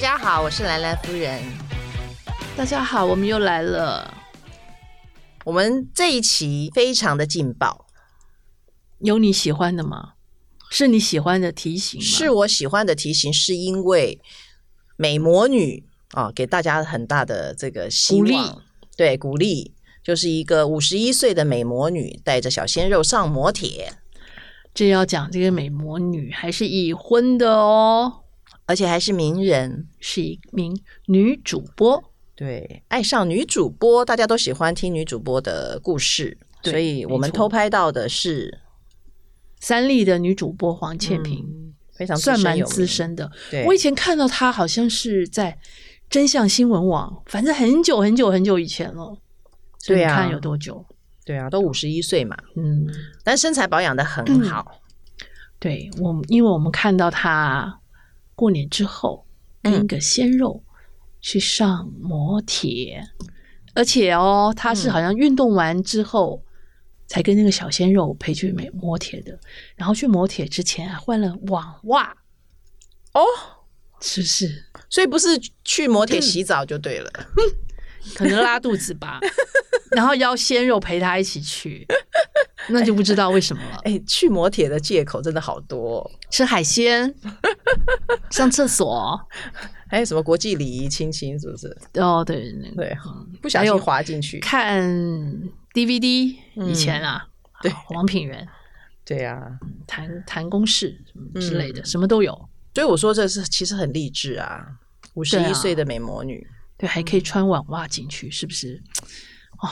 家好，我是兰兰夫人。大家好，我们又来了。我们这一期非常的劲爆，有你喜欢的吗？是你喜欢的题型吗？是我喜欢的题型，是因为美魔女啊、给大家很大的这个希鼓励望，对鼓励，就是一个五十一岁的美魔女带着小鲜肉上摩铁，这要讲这个美魔女还是已婚的哦，而且还是名人。是一名女主播。对，爱上女主播，大家都喜欢听女主播的故事，对所以我没们错偷拍到的是三立的女主播黄倩萍、嗯非常算蛮有资名。深的。对，我以前看到她好像是在真相新闻网，反正很久很久很久以前了。所对以你啊看有多久？对啊，都五十一岁嘛，嗯，但身材保养的很好，对我们，因为我们看到她过年之后跟一个鲜肉去上摩铁，而且哦，她是嗯好像运动完之后。才跟那个小鲜肉陪去美摩铁的，然后去摩铁之前还换了网袜，哦，是不是？所以不是去摩铁洗澡就对了。可能拉肚子 吧，然后邀鲜肉陪他一起去，那就不知道为什么了。哎、去摩铁的借口真的好多、哦， 吃海 鲜，上厕所，还哎有什么国际礼仪亲亲是不是？哦，对，那个对，不小心滑进去。看 DVD 嗯以前啊， 对好王品源对啊，谈谈公事什么之类嗯的，什么都有。所以我说这是其实很励志啊，五十对一啊岁的美魔女。对，还可以穿网袜进去，是不是？哦，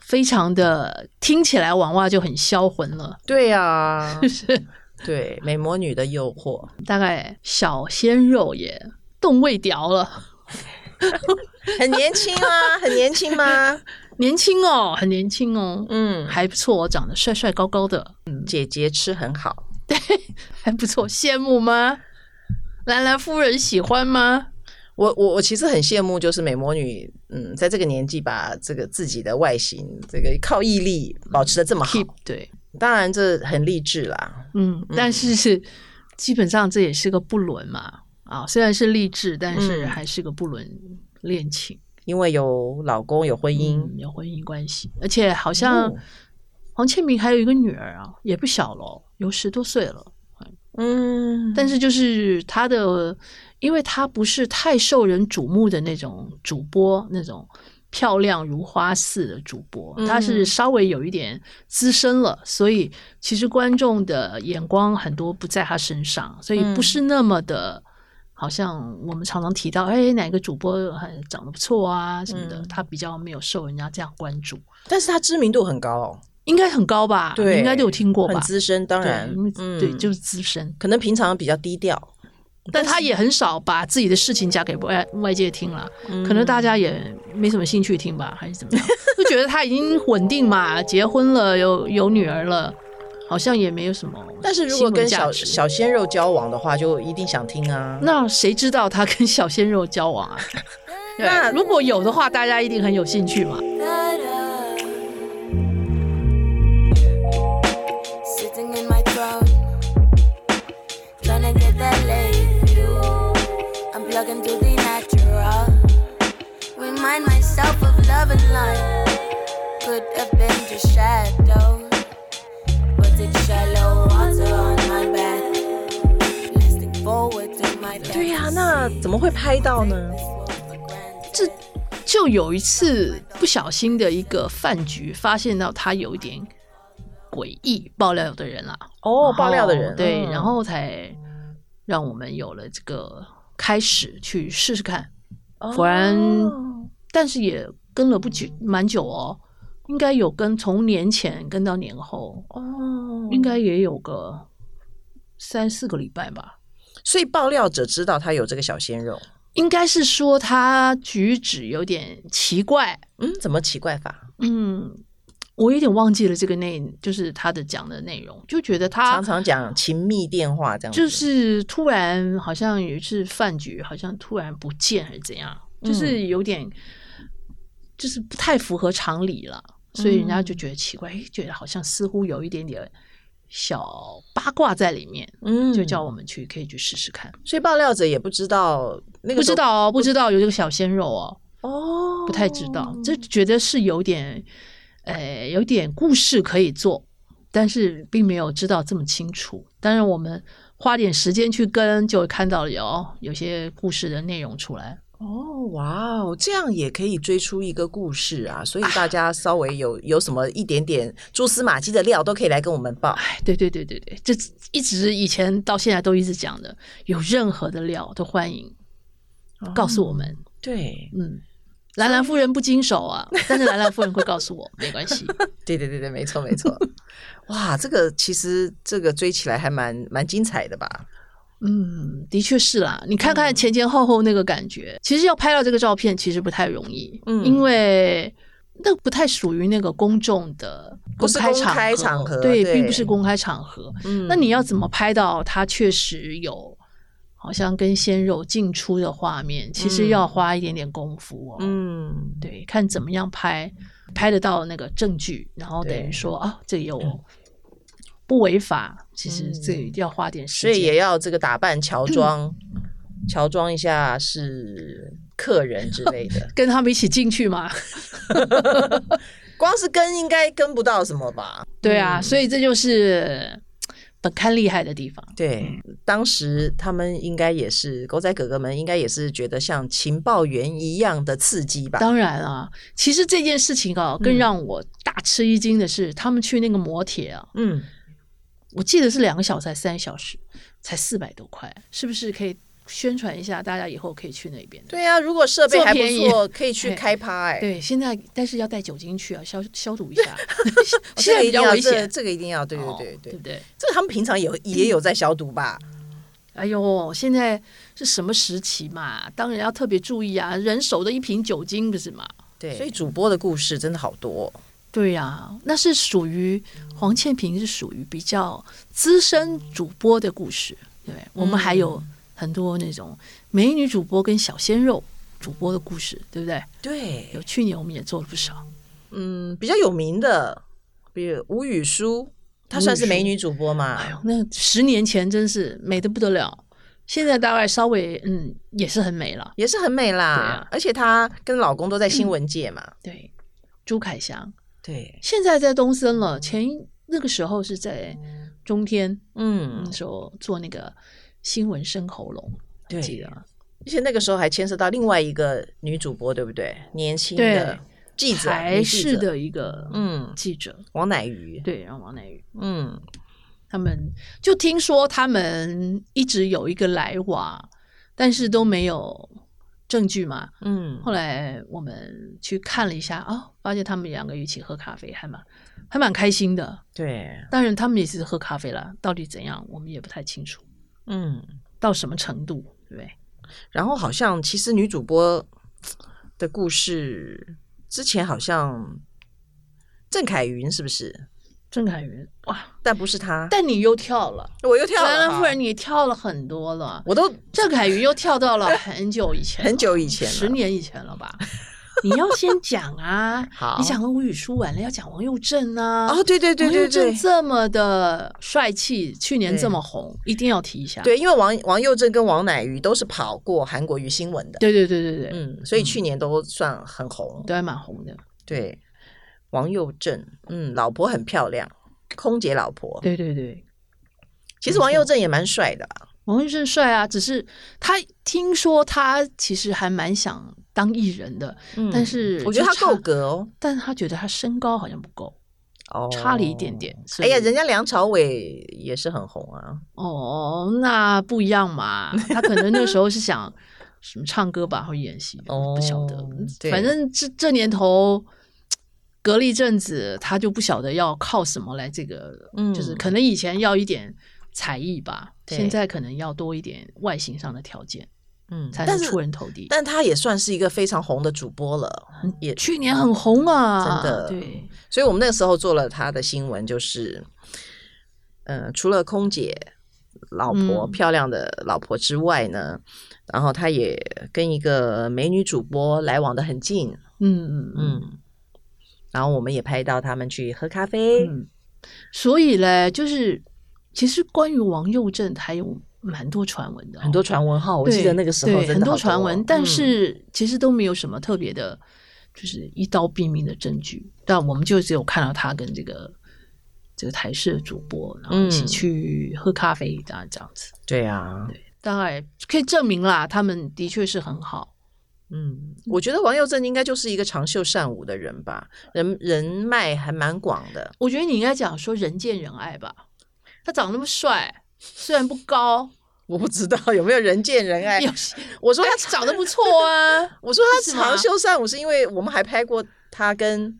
非常的听起来网袜就很销魂了，对 啊，就是对美魔女的诱惑，大概小鲜肉也动胃掉了。很年轻啊，很年轻 吗？年轻哦，很年轻哦，嗯，还不错，长得帅帅高高的，姐姐吃很好，还不错，羡慕吗？兰兰夫人喜欢吗？我我我其实很羡慕，就是美魔女，嗯，在这个年纪把这个自己的外形，这个靠毅力保持的这么好 Keep，对，当然这很励志啦，嗯，但是是基本上这也是个不伦嘛，啊，虽然是励志，但嗯是还是个不伦恋情，因为有老公有婚姻，哦嗯，有婚姻关系，而且好像黄倩明还有一个女儿啊，也不小了，有十多岁了。嗯，但是就是他的，因为他不是太受人瞩目的那种主播，那种漂亮如花似的主播，嗯他是稍微有一点资深了，所以其实观众的眼光很多不在他身上，所以不嗯是那么的。好像我们常常提到，哎，哪个主播很长得不错啊什么的，嗯他比较没有受人家这样关注，但是她知名度很高哦，应该很高吧？对你应该都有听过很吧？资深，当对然因为，嗯，对，就是资深。可能平常比较低调，但他也很少把自己的事情讲给外外界听了，嗯可能大家也没什么兴趣听吧，还是怎么样？就觉得他已经稳定嘛，结婚了，有有女儿了，好像也没有什么。但是如果跟小，小鲜肉交往的话，就一定想听啊。那谁知道他跟小鲜肉 交往啊？那如果有的话，大家一定很有兴趣嘛。 Sitting in my throne, trying to get that lady. I'm plugging to the natural. Remind myself of love and life. Could have been just shadow, but it's shallow water on my back. Plastic forward to my 对呀、那怎么会拍到呢？这就有一次不小心的一个饭局，发现到他有一点诡异爆料的人啦、啊哦，爆料的然人后对，嗯然后才让我们有了这个开始去试试看，果然哦但是也跟了不久，蛮久哦，应该有跟从年前跟到年后，哦应该也有个三四个礼拜吧。所以爆料者知道他有这个小鲜肉，应该是说他举止有点奇怪，嗯，怎么奇怪法？嗯，我有点忘记了这个内，就是他的讲的内容，就觉得他常常讲情密电话这样子，啊就是突然好像有一次饭局，好像突然不见还是怎样，嗯就是有点，就是不太符合常理了，所以人家就觉得奇怪，诶觉得好像似乎有一点点小八卦在里面，嗯就叫我们去可以去试试看。所以爆料者也不知道那个不知时候道哦，不知道有这个小鲜肉哦，哦，不太知道，就觉得是有点，呃，有点故事可以做，但是并没有知道这么清楚。当然，我们花点时间去跟，就会看到有有些故事的内容出来。哦，哇哦，这样也可以追出一个故事啊！所以大家稍微有有什么一点点蛛丝马迹的料，都可以来跟我们报。哎，对对对对对，这一直以前到现在都一直讲的，有任何的料都欢迎告诉我们。对，嗯，兰兰夫人不经手啊，但是兰兰夫人会告诉我，没关系。对对对对，没错没 错。哇，这个其实这个追起来还蛮蛮精彩的吧？嗯，的确是啦。你看嗯看前前后后那个感觉，其实要拍到这个照片其实不太容易，嗯因为那不太属于那个公众的不是公公开开场场合对，对并不是公开场合。嗯那你要怎么拍到它确实有好像跟鲜肉进出的画面？其实嗯要花一点点功夫哦。嗯，对，看怎么样拍，拍得到那个证据，然后等于对说啊，这有不违法，其实嗯这要花点时所间。。以也要这个打扮乔装，乔装一下是客人之类的跟他们一起进去嘛， 光是跟应该跟不到什么吧？对啊，嗯所以这就是本刊厉害的地方。对，当时他们应该也是狗仔哥哥们，应该也是觉得像情报员一样的刺激吧？当然啊，其实这件事情啊，嗯更让我大吃一惊的是，他们去那个磨铁啊，嗯，我记得是两个小时还是三小时，才四百多块，是不是可以宣传一下？大家以后可以去那边。对啊，如果设备这么还不便宜错，可以去嘿开趴哎、对，现在但是要带酒精去啊，消消毒一 下， 哦这现在个比一较定要，危这险。这个一定要，对对哦对对，对不对？这个他们平常有也有在消毒吧？哎呦，现在是什么时期嘛？当然要特别注意啊，人手的一瓶酒精不是嘛？对，所以主播的故事真的好多，对呀、那是属于黄倩萍是属于比较资深主播的故事，对我们还有很多那种美女主播跟小鲜肉主播的故事，对不对？对，有去年我们也做了不少，嗯，比较有名的，比如吴雨舒，她算是美女主播嘛？哎呦，那十年前真是美的不得了，现在大概稍微嗯也是很美了。也是很美啦，对啊嗯而且她跟老公都在新闻界嘛，对，朱凯翔对，现在在东森了，前一那个时候是在中天，嗯那，时候做那个新闻生喉咙，对记得。而且那个时候还牵涉到另外一个女主播，对不对？年轻对的记者，台女记视者，的一个嗯，记者，王乃瑜，对，然后王乃宇嗯，他们就听说他们一直有一个来往，但是都没有证据嘛。嗯后来我们去看了一下啊、发现他们两个一起喝咖啡，还蛮还蛮开心的。对，当然，他们也是喝咖啡啦，到底怎样我们也不太清楚，嗯，到什么程度，对不对？然后好像其实女主播的故事之前好像郑凯云是不是？郑凯云，哇！但不是她，但你又跳了，我又跳了兰兰夫哈人，你跳了很多了。我都郑凯云又跳到了很久以前了，很久以前了十年以前了吧？你要先讲啊， 好你讲吴语舒完了，要讲王佑正啊。哦，对对对王佑对对正。这么的帅气，去年这么红，一定要提一下。对，因为王王佑正跟王乃瑜都是跑过韩国瑜新闻的，对对对对对，嗯，所以去年都算很红。都还蛮红的。对，王佑正，嗯，老婆很漂亮，空姐老婆。对对对，其实王佑正也蛮帅的啦，王佑正帅啊，只是他听说他其实还蛮想当艺人的，嗯但是我觉得他就差够，格哦，但是他觉得他身高好像不够，哦，差了一点。点。所哎以呀，人家梁朝伟也是很红啊，哦，那不一 样嘛，他可能那时候是想什么唱歌吧，或演戏，哦不晓得。对反正这这年头隔了一阵子，他就不晓得要靠什么来这个，嗯就是可能以前要一点才艺吧，对现在可能要多一点外形上的条件，嗯，才能但是出人头地。但他也算是一个非常红的主播了，也去年很红啊，真的对，所以我们那个时候做了他的新闻，就是，呃，除了空姐老婆、嗯漂亮的老婆之外呢，然后他也跟一个美女主播来往的很近，嗯嗯嗯。嗯，然后我们也拍到他们去喝咖啡，嗯，所以嘞，就是其实关于王佑正还有蛮多传闻的哦、很多传闻哈，我记对得那个时候对真的很好多多传闻哦，但嗯是其实都没有什么特别的，就是一刀毙命的证据。但我们就只有看到他跟这个这个台视的主播，然后一起嗯去喝咖啡，这样这样子，对啊，当然可以证明啦，他们的确是很好。嗯，我觉得王佑正应该就是一个长袖善舞的人吧，人人脉还蛮广的。我觉得你应该讲说人见人爱吧，他长得那么帅，虽然不高，我不知道有没有人见人爱有。哎我说但他。是长得不错啊我说是他吗长袖善舞是因为我们还拍过他跟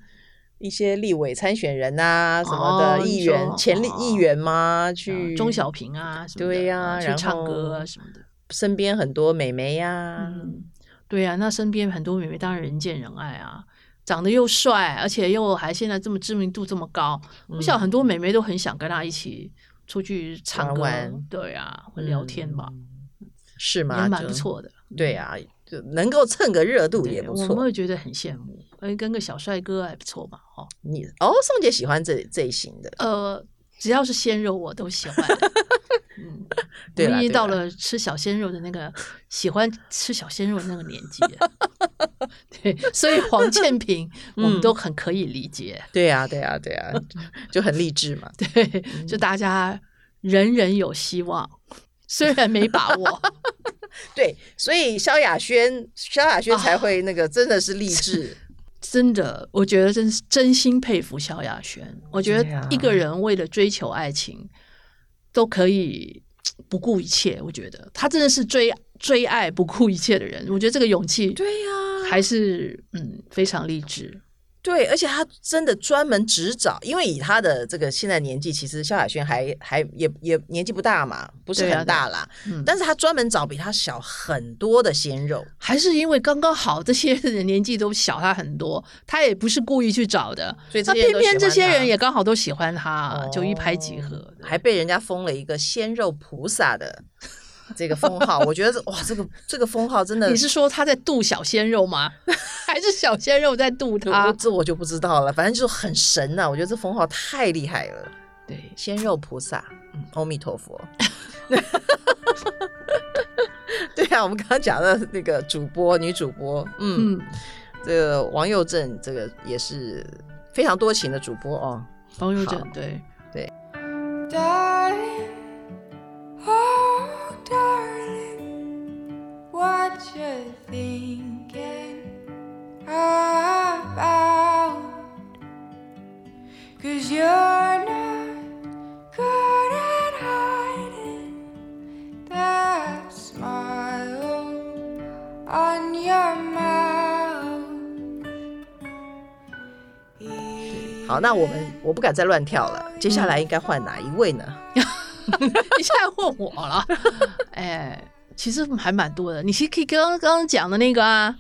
一些立委参选人啊什么哦的你议员、说前立哦议员嘛， 去、钟小平啊什么的，对呀呃去然唱歌啊后什么的。身边很多美眉呀、嗯，对呀、那身边很多妹妹当然人见人爱啊，长得又帅，而且又还现在这么知名度这么高，我想嗯很多妹妹都很想跟他一起出去唱歌，玩嗯玩对啊，或聊天吧，是吗？也蛮不就，错的。对啊，就能够蹭个热度对也不我错们。会觉得很羡慕，哎，跟个小帅哥还不错嘛，哦，你哦，宋姐喜欢这这一型的，呃，只要是鲜肉我 都喜欢。嗯，对我啦们已经对到啦了吃小鲜肉的那个喜欢吃小鲜肉的那个年纪 了。对，所以黄建平我们嗯都很可以理解。对呀、对呀、对 呀、就很励志嘛。嗯对，就大家人人有希望， 虽然没把握，对，所以萧亚轩，萧亚轩才啊会那个，真的是励志。真的，我觉得真是真心佩服萧亚轩。我觉对得啊一个人为了追求爱情，都可以不顾一切。我觉得他真的是追追爱不顾一切的人。我觉得这个勇气对呀、还是嗯非常励志。对，而且他真的专门只找，因为以他的这个现在年纪，其实萧亚轩还还也也年纪不大嘛，不是对啊很大啦，嗯，但但是他专门找比他小很多的鲜肉。还是因为刚刚好这些人年纪都小他很多，他也不是故意去找的，所以这那些人偏都偏这喜些欢他人也刚好都喜欢他，啊就一拍即哦合。还被人家封了一个鲜肉菩萨 的这个封号。我觉得这哇，这个这个封号真的，你是说他在渡小鲜肉吗？ 还是小鲜肉在我渡我他？这我就不知道了，反正就是很神呐、我觉得这封号太厉害了，对，鲜肉菩萨，嗯，阿弥陀佛。 对啊，我们刚刚讲的那个主播，女主播，嗯，嗯，这个王佑正，这个也是非常多情的主播哦。王佑正好对， Darling, oh darling, what you thinking about? Cause you're not good at hiding that smile on your mouth. 好，那我们我不敢再乱跳了，接下来应该换哪一位呢？你现在问我了， 哎，其实还蛮多的。你其实可以刚刚刚讲的那个啊，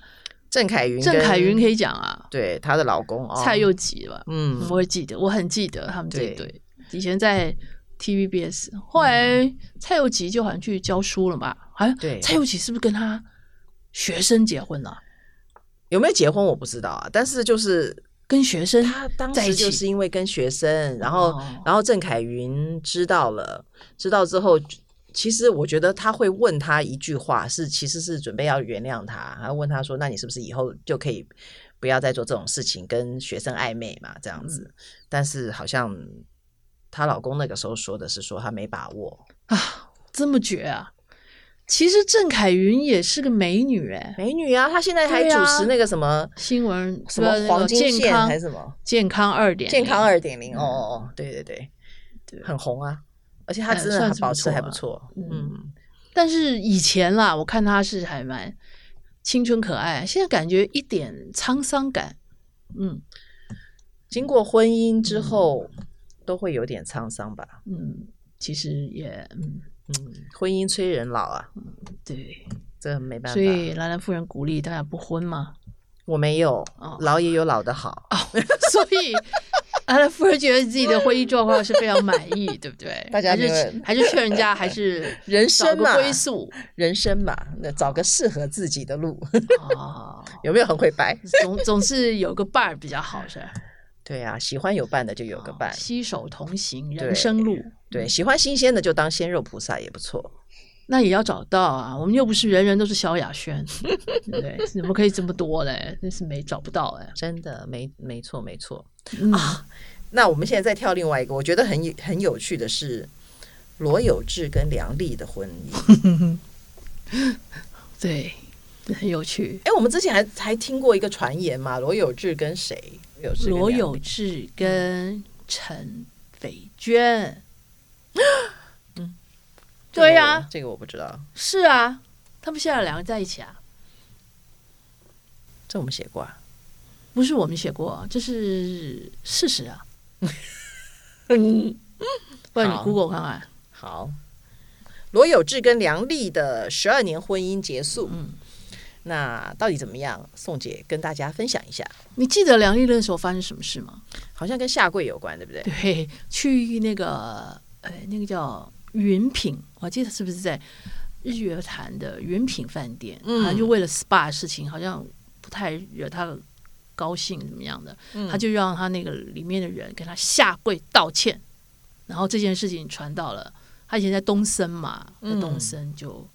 郑凯云，郑凯云可以讲啊，对她的老公哦，蔡佑吉吧，嗯我会记得，我很记得他们这一对嗯对，以前在 TVBS，后来蔡佑吉就好像去教书了吧？好像对蔡佑吉是不是跟他学生结婚啊了？有没有结婚我不知道啊，但是就是跟学生她当在一时起就是因为跟学生，然后、哦然后郑凯云知道了，知道之后，其实我觉得他会问他一句话，是其实是准备要原谅他，还问他说，那你是不是以后就可以不要再做这种事情，跟学生暧昧嘛这样子？但是好像她老公那个时候说的是说他没把握，啊，这么绝啊！其实郑凯云也是个美女哎、美女啊，她现在还对主啊持那个什么。新闻什么是吧黄金健线康还是什么健康二点健康二点零，哦哦哦，对对对，对很红啊，而且他呃真的算还是保不持错还啊不错，嗯，但是以前啦，我看她是还蛮青春可爱，现在感觉一点沧桑感。嗯经过婚姻之后都会有点沧桑吧，嗯，其实也嗯嗯，婚姻催人老啊，对，这没办法所，以兰兰夫人鼓励大家不婚嘛。我没有哦老也有老的好， 所以兰兰夫人觉得自己的婚姻状况是非常满意，对不对？ 大家还没有是还是劝人 家还是人找生个嘛归宿人生嘛，那找个适合自己的路， 哦。有没有很会掰？总总是有个伴儿比较好，是吧？对啊，喜欢有伴的就有哦个伴，携手同行，对人生路，对，喜欢新鲜的就当鲜肉菩萨也不错。那也要找到啊！我们又不是人人都是萧亚轩， 对不对？怎么可以这么多嘞？真是没找不到哎、真的，没没错没错。嗯、那我们现在再跳另外一个，我觉得很有很有趣的是罗有志跟梁丽的婚姻。对，很有趣。哎，我们之前还还听过一个传言嘛，罗有志跟谁？罗有志跟罗梁有丽志跟陈斐娟，嗯，这个对啊我呀、这个我不知道，是啊，他们现在两个在一起啊，这我们写过啊。不是我们写过，啊这是事实 啊。不然你好 Google 看看，好，罗有志跟梁丽的十二年婚姻结束，嗯那到底怎么样？宋姐跟大家分享一下，你记得梁丽那时候发生什么事吗？好像跟下跪有关，对不对？对，去那个呃，那个叫云品，我记得是不是在日月潭的云品饭店？嗯好像就为了 SPA 的事情，好像不太惹他高兴，怎么样的？他就让他那个里面的人给他下跪道歉，然后这件事情传到了他以前在东森嘛，在东嗯森就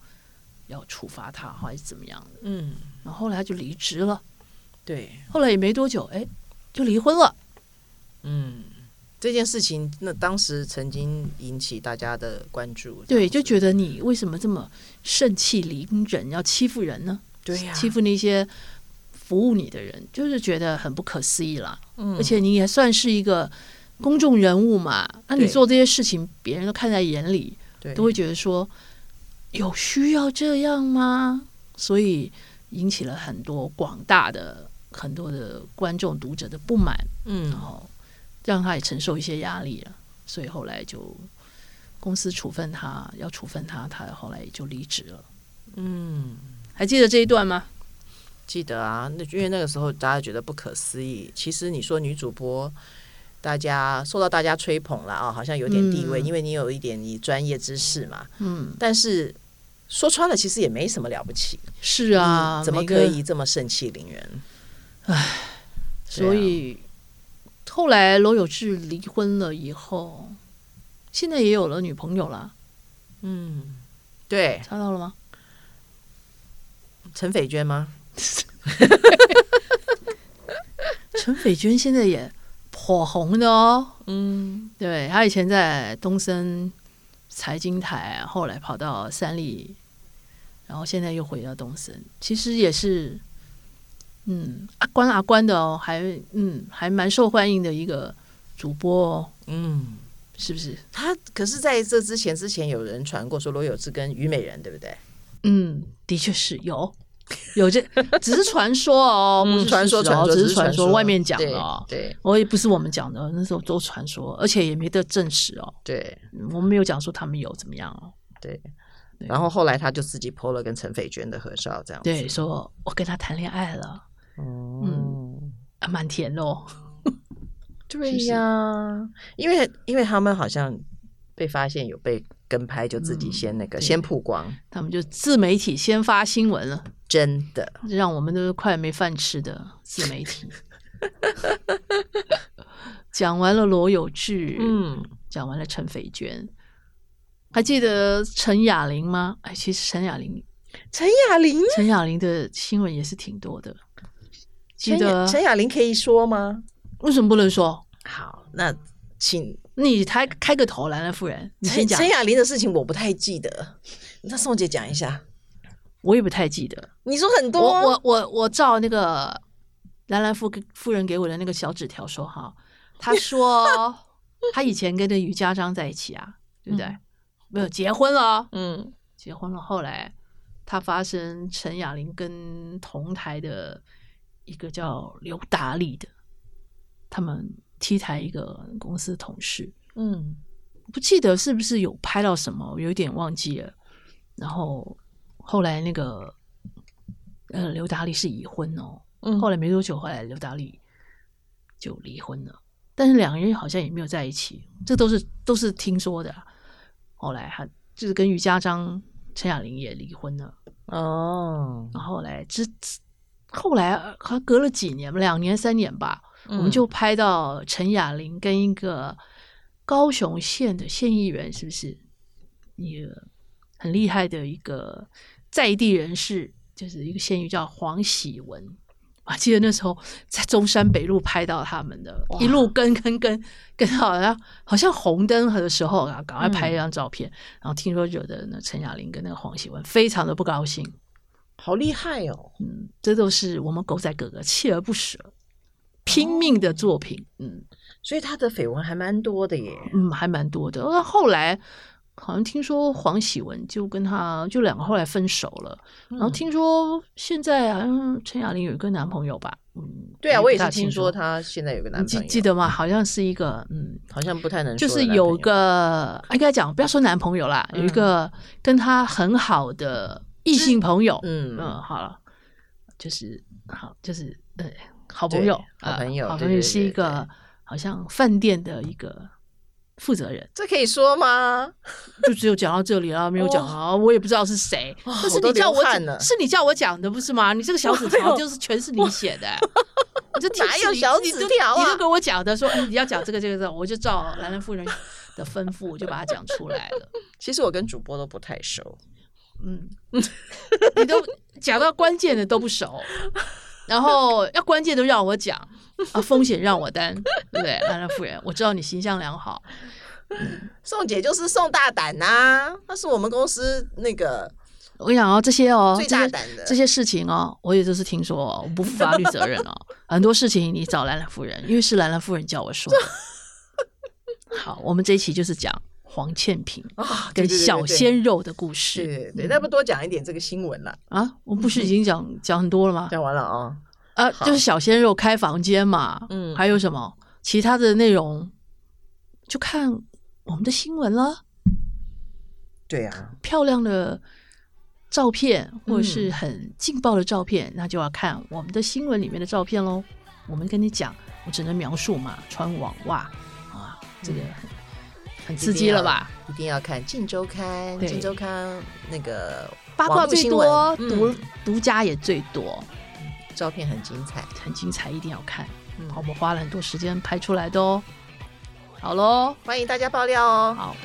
要处罚他，还是怎么样的？嗯，然后后来他就离职了，对，后来也没多久，哎，就离婚了。嗯，这件事情那当时曾经引起大家的关注，对，就得觉得你为什么这么盛气凌人，要欺负人呢？对呀、欺负那些服务你的人，就是觉得很不可思议啦。嗯而且你也算是一个公众人物嘛，那你对做这些事情，别人都看在眼里，对都会觉得说有需要这样吗？所以引起了很多广大的很多的观众读者的不满。然嗯，后让他也承受一些压力了，所以后来就公司处分他，要处分他，他后来也就离职了。嗯，还记得这一段吗？记得啊，那因为那个时候大家觉得不可思议，其实你说女主播。大家受到大家吹捧了啊，好像有点地位，嗯因为你有一点你专业知识嘛。嗯，但是说穿了，其实也没什么了不起。是啊，嗯怎么每个可？以这么盛气凌人？所以、后来罗有志离婚了以后，现在也有了女朋友了，嗯，对，查到了吗？陈斐娟吗？陈斐娟现在也颇红的哦。嗯，对他以前在东森财经台，后来跑到三立，然后现在又回到东森，其实也是，嗯，阿关阿关的哦，还嗯还蛮受欢迎的一个主播、哦，嗯，是不是？他可是在这之前，之前有人传过说罗有志跟虞美人，对不对？嗯，的确是有。有这只是传说哦，不是嗯传说事实哦传说只是传说，外面讲的哦，对我也不是我们讲的，那时候都传说，而且也没得证实哦，对嗯我们没有讲说他们有怎么样哦，对对。对然后后来他就自己 PO 了跟陈斐娟的合照，这样子。对，说我跟他谈恋爱了，嗯，啊，蛮甜的哦。对呀，因为因为他们好像被发现有被跟拍，就自己嗯先那个对先曝光，他们就自媒体先发新闻了，真的。让我们都快没饭吃的自 媒体。讲完了罗有志，，嗯，讲完了陈斐娟，还记得陈雅玲吗？哎，其实陈雅玲，陈雅玲陈雅玲的新闻也是挺多的。记陈雅得陈雅玲可以说吗？为什么不能说？好，那请你开开个头，兰兰夫人，你陈先讲陈。雅玲的事情我不太记得，那宋姐讲一下。我也不太记得。你说很多，啊我我我我照那个兰兰夫夫人给我的那个小纸条说哈，她说她以前跟那于家章在一起啊，对不对？嗯没有结婚了哦，嗯结婚了。后来她发生陈雅玲跟同台的一个叫刘达利的，他们 T 台一个公司同事，嗯不记得是不是有拍到什么，有一点忘记了。然后后来那个呃刘达利是已婚哦，嗯后来没多久，后来刘达利就离婚了，但是两个人好像也没有在一起，这都是都是听说的啊。后来他就是跟于家章、陈雅玲也离婚了，哦，呃然后后来之后来还隔了几年，两年三年吧，我我们就拍到陈雅玲跟一个高雄县的县议员，是不是？一个很厉害的一个在地人士，就是一个县议叫黄喜文。我还记得那时候在中山北路拍到他们的，哇一路跟跟跟跟到好像好像红灯的时候啊，赶快拍一张照片。然后听说惹得那陈雅玲跟那个黄喜文非常的不高兴。好厉害哦，嗯，这都是我们狗仔哥哥锲而不舍、拼命的作品。嗯所以他的绯闻还蛮多的耶。嗯，还蛮多的。呃，后来好像听说黄喜文就跟他就两个后来分手了，然后嗯听说现在好像陈雅玲有一个男朋友吧？嗯，对啊，我也是不大清听说楚。他现在有个男你朋记友，记得吗？好像是一个嗯，好像不太能就说的是男朋友，有个应该讲不要说男朋友啦，有一嗯个跟他很好的异性朋友，嗯嗯，好了，就是好，就是呃，好对朋友，好呃朋友好对朋友对是对一个好像饭店的一个负责人，这可以说吗？就只有讲到这里了，没有讲啊，我也不知道是谁，哦但是我都你叫流我汗讲了是你叫我讲的不是吗？你这个小纸没条有就是全是你写 的、你这哪 tips 有你小你纸都条你啊都跟我讲的说，哎，你要讲这个这个这个，我就照兰兰夫人的吩咐，我就把它讲出来了。其实我跟主播都不太熟，嗯，你都讲到关键的都不熟，然后要关键都让我讲啊，风险让我担，对不对？安乐夫人，我知道你形象良好，宋姐就是宋大胆呐、她是我们公司那个我跟你讲哦，这些哦，最这大些胆的这些事情哦，我也都是听说、哦，我不负法律责任哦。很多事情你找兰兰夫人，因为是兰兰夫人叫我说的。好，我们这一期就是讲黄倩萍啊，对对跟对对小对鲜肉的嗯故事。对对对，那不多讲一点这个新闻了，啊，我们不是已经讲讲很多了吗？讲完了啊、啊，好就是小鲜肉开房间嘛，嗯还有什么其他的内容，就看我们的新闻了。对啊，漂亮的照片或者嗯是很劲爆的照片，那就要看我们的新闻里面的照片喽。我们跟你讲，我只能描述嘛，穿网袜啊，这个嗯很很刺激了吧？一定要看《镜周刊》，对《镜周刊》那个八卦网络最新多，闻独嗯独家也最多，照片很精彩，很精彩，一定要看。嗯好，我们花了很多时间拍出来的哦。好喽，欢迎大家爆料哦。好。